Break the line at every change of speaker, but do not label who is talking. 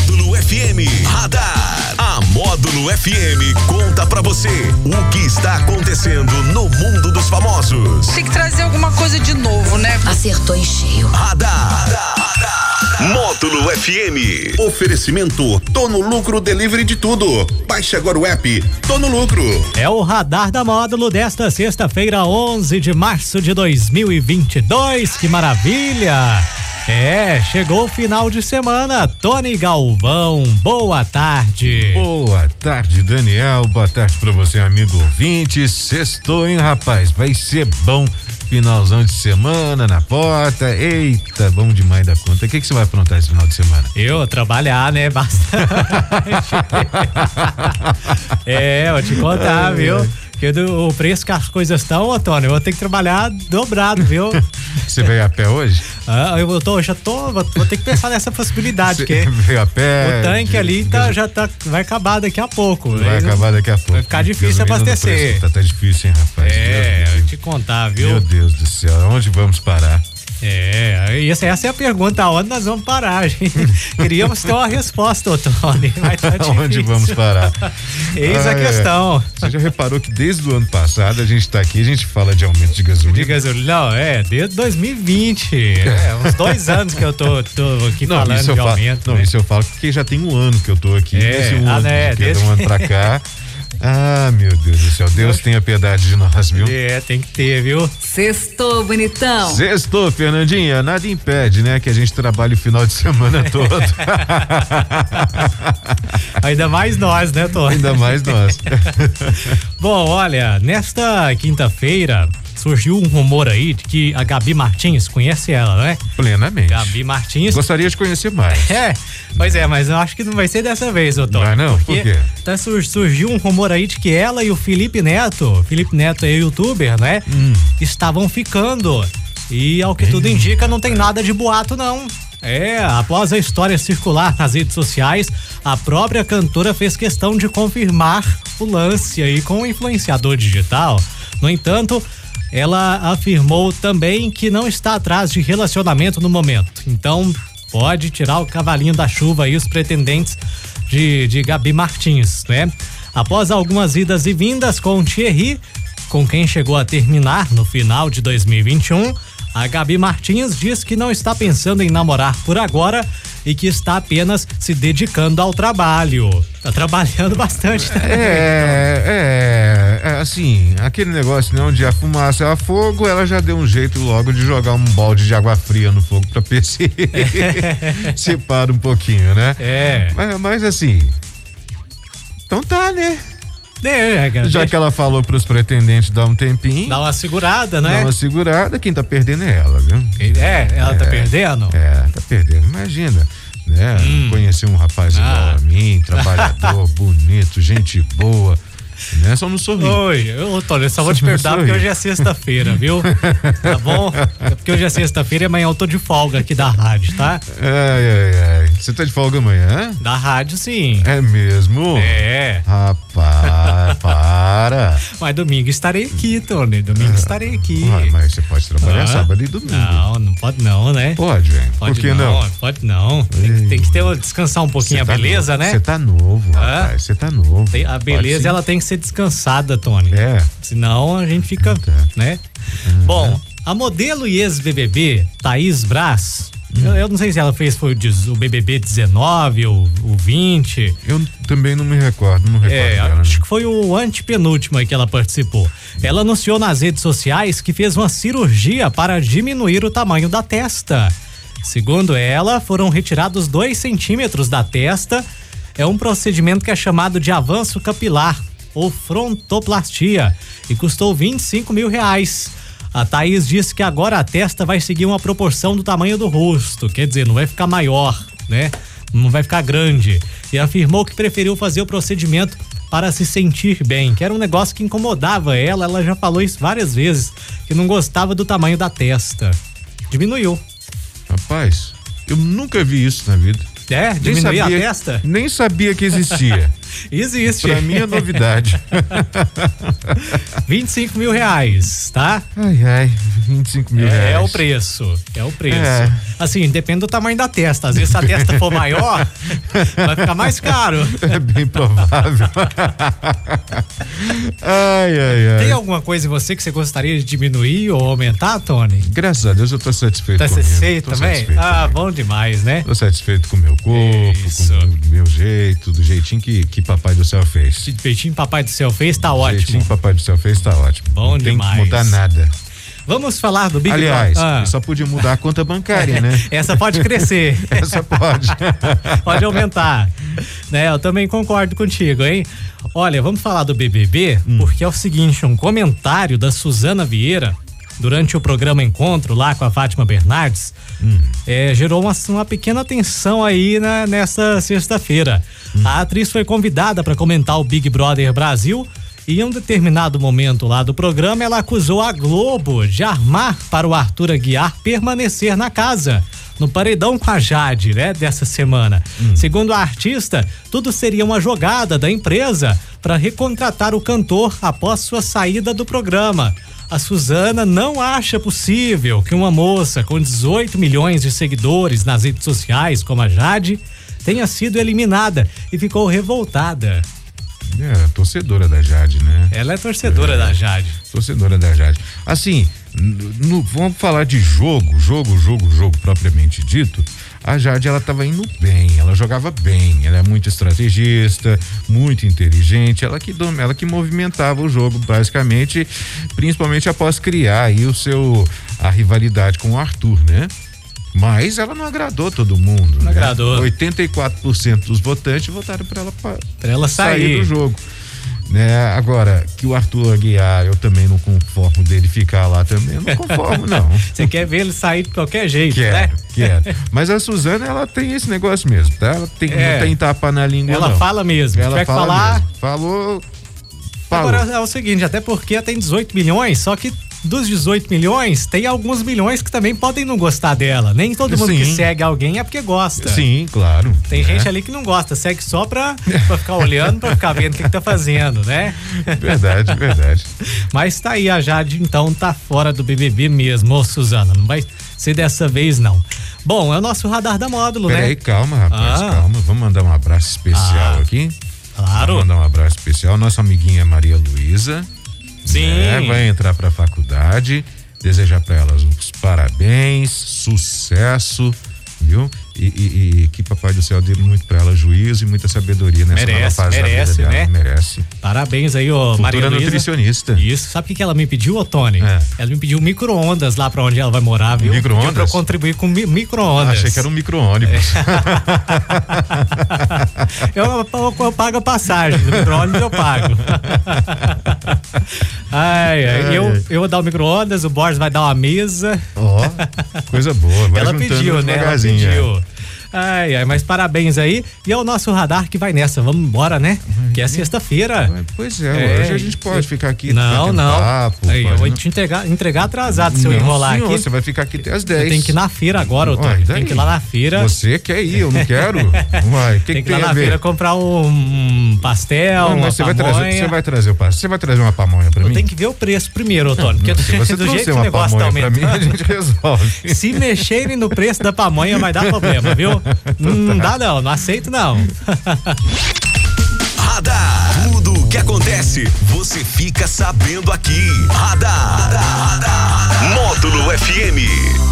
FM. Radar. A Módulo FM conta pra você o que está acontecendo no mundo dos famosos.
Tem que trazer alguma coisa de novo, né?
Acertou em cheio.
Radar. Módulo FM.
Oferecimento Tô no Lucro Delivery de Tudo. Baixe agora o app Tô no Lucro.
É o radar da módulo desta sexta-feira, 11 de março de 2022. Que maravilha! É, chegou o final de semana. Tony Galvão, boa tarde.
Boa tarde, Daniel. Boa tarde pra você, amigo ouvinte. Sextou, hein, rapaz? Vai ser bom. Finalzão de semana na porta. Eita, bom demais da conta. O que, que você vai aprontar esse final de semana?
Eu trabalhar, né? Bastante. é, vou te contar, viu? Porque do- o preço que as coisas estão, Antônio, eu vou ter que trabalhar dobrado, viu?
Você veio a pé hoje?
Ah, eu tô, já tô, vou, vou ter que pensar nessa possibilidade,
Você
porque
veio a pé.
o tanque ali tá,
gaso-
já tá, vai acabar daqui a pouco.
Vai
Aí não-
acabar daqui a pouco.
Vai ficar difícil
Gasolina no
abastecer.
preço que Tá, tá difícil, hein, rapaz?
É, eu
Meu Deus.
te contar, viu?
Meu Deus do céu, onde vamos parar?
É, essa, essa é a pergunta, onde nós vamos parar, gente? Queríamos ter uma resposta, ô, Tony, mas tá difícil.
Onde vamos Ah, é. parar?
Tá Eis a
Ai, ai.
questão.
Você já reparou que desde o ano passado a gente tá aqui, a gente fala de aumento de gasolina.
De gasolina, não, é, desde 2020. É, uns dois anos que eu tô, tô aqui
Não,
falando
isso eu
de
falo,
aumento.
não,
né?
isso eu falo porque já tem um ano que eu tô aqui.
É,
esse um
ah,
ano,
né,
que
desde-
de um ano pra cá. Ah, meu Deus do céu. Deus tenha piedade de nós, viu?
É, tem que ter, viu?
Sextou, bonitão.
Sextou, Fernandinha, nada impede, né? Que a gente trabalhe o final de semana todo.
Ainda mais nós, né, Tony?
Ainda mais nós.
Bom, olha, nesta quinta-feira surgiu um rumor aí de que a Gabi Martins, conhece ela, né?
Plenamente.
Gabi Martins.
Gostaria de conhecer mais.
É, pois é, mas eu acho que não vai ser dessa vez, ô Tom.
Vai não? Por quê?
tá sur- surgiu um rumor aí de que ela e o Felipe Neto, Felipe Neto é youtuber, né?
Hum.
Estavam ficando. E ao que tudo indica, não tem nada de boato, não. É, após a história circular nas redes sociais, a própria cantora fez questão de confirmar o lance aí com o influenciador digital. No entanto, ela afirmou também que não está atrás de relacionamento no momento. Então, pode tirar o cavalinho da chuva aí os pretendentes de, de Gabi Martins, né? Após algumas idas e vindas com o Thierry, com quem chegou a terminar no final de 2021, a Gabi Martins diz que não está pensando em namorar por agora e que está apenas se dedicando ao trabalho. Tá trabalhando bastante. né?
É, é, é, assim, aquele negócio né, onde a fumaça é a fogo, ela já deu um jeito logo de jogar um balde de água fria no fogo pra PC. Separa um pouquinho, né?
É.
Mas, mas assim. Então tá, né?
É, Gabi,
Já que ela falou pros pretendentes dar um tempinho,
Dá uma segurada,
dar
né?
uma segurada, quem tá perdendo é ela, viu?
É, ela tá perdendo?
É, tá perdendo. Imagina, né?
Hum.
Conhecer um rapaz
Ah.
igual a mim, trabalhador, bonito, gente boa. Né? Só não sorri.
Oi, ô Tony, eu só vou te
Sorri,
perdoar porque
sorri.
hoje é sexta-feira, viu? Tá bom? É porque hoje é sexta-feira e amanhã eu tô de folga aqui da rádio, tá?
Ai, ai, ai. Você tá de folga amanhã?
Da rádio, sim.
É mesmo?
É.
Rapaz, para.
Mas domingo estarei aqui, Tony. Domingo estarei aqui.
Ué, É. mas você pode trabalhar
Hã?
sábado e domingo.
Não, não pode não, né?
Pode, velho. Por
Pode
que não?
Pode não. Tem que, tem que ter, descansar um pouquinho a beleza, né?
Você tá novo, rapaz. Você tá novo.
Tem- A
Pode
beleza,
sim.
ela tem que ser descansada, Tony.
É.
Senão a gente fica,
Tá.
né? Bom, a modelo e ex-BBB, Thaís Brás, eu, eu não sei se ela fez foi o, dez- o BBB 19 ou o 20.
Eu também não me recordo, não recordo
É,
dela.
acho que foi o antepenúltimo aí que ela participou. Ela anunciou nas redes sociais que fez uma cirurgia para diminuir o tamanho da testa. Segundo ela, foram retirados 2 centímetros da testa. É um procedimento que é chamado de avanço capilar ou frontoplastia e custou 25 mil reais. A Thaís disse que agora a testa vai seguir uma proporção do tamanho do rosto, quer dizer, não vai ficar maior, né? Não vai ficar grande. E afirmou que preferiu fazer o procedimento para se sentir bem, que era um negócio que incomodava ela, ela já falou isso várias vezes, que não gostava do tamanho da testa. Diminuiu.
Rapaz, eu nunca vi isso na vida.
É?
Nem
né? Diminuiu a
sabia-
testa?
Nem sabia que existia.
Existe.
Pra mim é novidade.
25 mil reais, tá?
Ai, ai, 25 mil reais.
É, o preço. É o preço.
É.
Assim, depende do tamanho da testa. Às vezes, se a testa for maior, vai ficar mais caro.
É bem provável. ai, ai, ai.
Tem alguma coisa em você que você gostaria de diminuir ou aumentar, Tony?
Graças a Deus eu tô satisfeito
Tá
comigo.
satisfeito
Tô
também?
satisfeito
ah, bom demais, né?
Tô satisfeito com o meu corpo,
Isso.
com o meu jeito, do jeitinho que, que papai do céu fez.
De peitinho papai do céu fez, tá
O jeitinho
ótimo.
que papai do céu fez tá ótimo.
Bom
Não tem que
demais.
mudar nada.
Vamos falar do Big
Aliás,
Brother. Ah,
só podia mudar a conta bancária, né?
Essa pode crescer.
Essa pode.
Pode aumentar. né? Eu também concordo contigo, hein? Olha, vamos falar do BBB, porque é o seguinte, um comentário da Suzana Vieira durante o programa Encontro lá com a Fátima Bernardes eh, gerou uma, uma pequena tensão aí na, nessa sexta-feira. A atriz foi convidada para comentar o Big Brother Brasil e em um determinado momento lá do programa ela acusou a Globo de armar para o Arthur Aguiar permanecer na casa no paredão com a Jade, né, dessa semana. Segundo a artista, tudo seria uma jogada da empresa para recontratar o cantor após sua saída do programa. A Suzana não acha possível que uma moça com 18 milhões de seguidores nas redes sociais, como a Jade, tenha sido eliminada e ficou revoltada.
É, torcedora da Jade, né?
Ela é torcedora da Jade.
Torcedora da Jade. Assim, n- no- vamos falar de jogo, jogo, jogo, jogo propriamente dito. A Jade, ela tava indo bem, ela jogava bem, ela é muito estrategista, muito inteligente, ela que, dom- ela que movimentava o jogo, basicamente, principalmente após criar aí o seu, a rivalidade com o Arthur, né? Mas ela não agradou todo mundo. né?
agradou.
84% dos votantes votaram para ela pa-
Pra ela sair.
do jogo. Né? Agora, que o Arthur Aguiar, eu também não conformo dele ficar lá também, eu não conformo, não.
Você quer ver ele sair de qualquer jeito,
Quero,
né?
quero. Mas a Suzana, ela tem esse negócio mesmo, tá? Ela tem,
É.
não tem tapa na língua,
Ela
não.
fala mesmo.
Ela
Tiver que
fala
falar,
mesmo. Falou, falou.
Agora é o seguinte, até porque ela tem 18 milhões, só que dos 18 milhões, tem alguns milhões que também podem não gostar dela. Nem todo mundo que
Sim.
segue alguém é porque gosta.
Sim, claro.
Tem
né?
gente ali que não gosta, segue só pra, pra ficar olhando, pra ficar vendo o que, que tá fazendo, né?
Verdade, verdade.
Mas tá aí, a Jade então tá fora do BBB mesmo, ô Suzana. Não vai ser dessa vez, não. Bom, é o nosso radar da módulo, né?
Peraí, calma, rapaz,
Ah.
calma. Vamos mandar um abraço especial
Ah.
aqui.
Claro.
Vamos mandar um abraço especial. Nossa amiguinha Maria Luísa.
Sim.
né? Vai entrar pra faculdade. Desejar pra elas os parabéns, sucesso, viu? E, e- e que papai do céu dê muito pra ela juízo e muita sabedoria nessa nova
Merece,
fase
merece,
da vida dela.
né?
Merece.
Parabéns aí, ô Maria
Futura
Luísa.
nutricionista.
Isso, sabe o que que ela me pediu, ô Tony?
É.
Ela me pediu micro-ondas lá pra onde ela vai morar, viu?
Micro-ondas?
Pediu Pra eu contribuir com mi micro-ondas.
Achei que era um micro-ônibus.
É. eu, eu- eu pago a passagem, do micro-ondas eu pago. ai, ai,
Ai,
eu,
ai.
eu vou dar o micro-ondas, o Borges vai dar uma mesa.
Ó, coisa boa. Vai
ela
juntando
pediu, né? Ela
devagarzinho, é.
pediu. Ai, ai, mas parabéns aí. E é o nosso radar que vai nessa. Vamos embora, né?
Uhum.
Que é sexta-feira.
é. Pois é,
É,
hoje a gente pode ficar aqui
Não,
batendo
não.
papo.
Aí, eu
pode-
vou te entregar, entregar atrasado se eu
Não,
enrolar
senhor,
aqui.
Você vai ficar aqui até as 10.
Tem que ir na feira agora, ô
Uai,
Tony.
daí?
Tem que ir lá na feira.
Você quer ir, eu não quero. Uai, o que,
tem que ir
que,
lá
tem a
na
ver?
feira comprar um, um pastel,
Não,
uma
mas você vai,
pamonha.
trazer, você vai trazer o passe, você vai trazer uma pamonha pra mim?
Tem que ver o preço primeiro, ô Tony. Porque
Não, se você
do
trouxer
jeito que o
uma
negócio tá
pamonha pra mim, a
aumentando.
gente resolve.
Se mexerem no preço da pamonha, vai dar problema, viu? Não dá não, não aceito não.
Radar. Tudo o que acontece, você fica sabendo aqui. Radar. Módulo FM.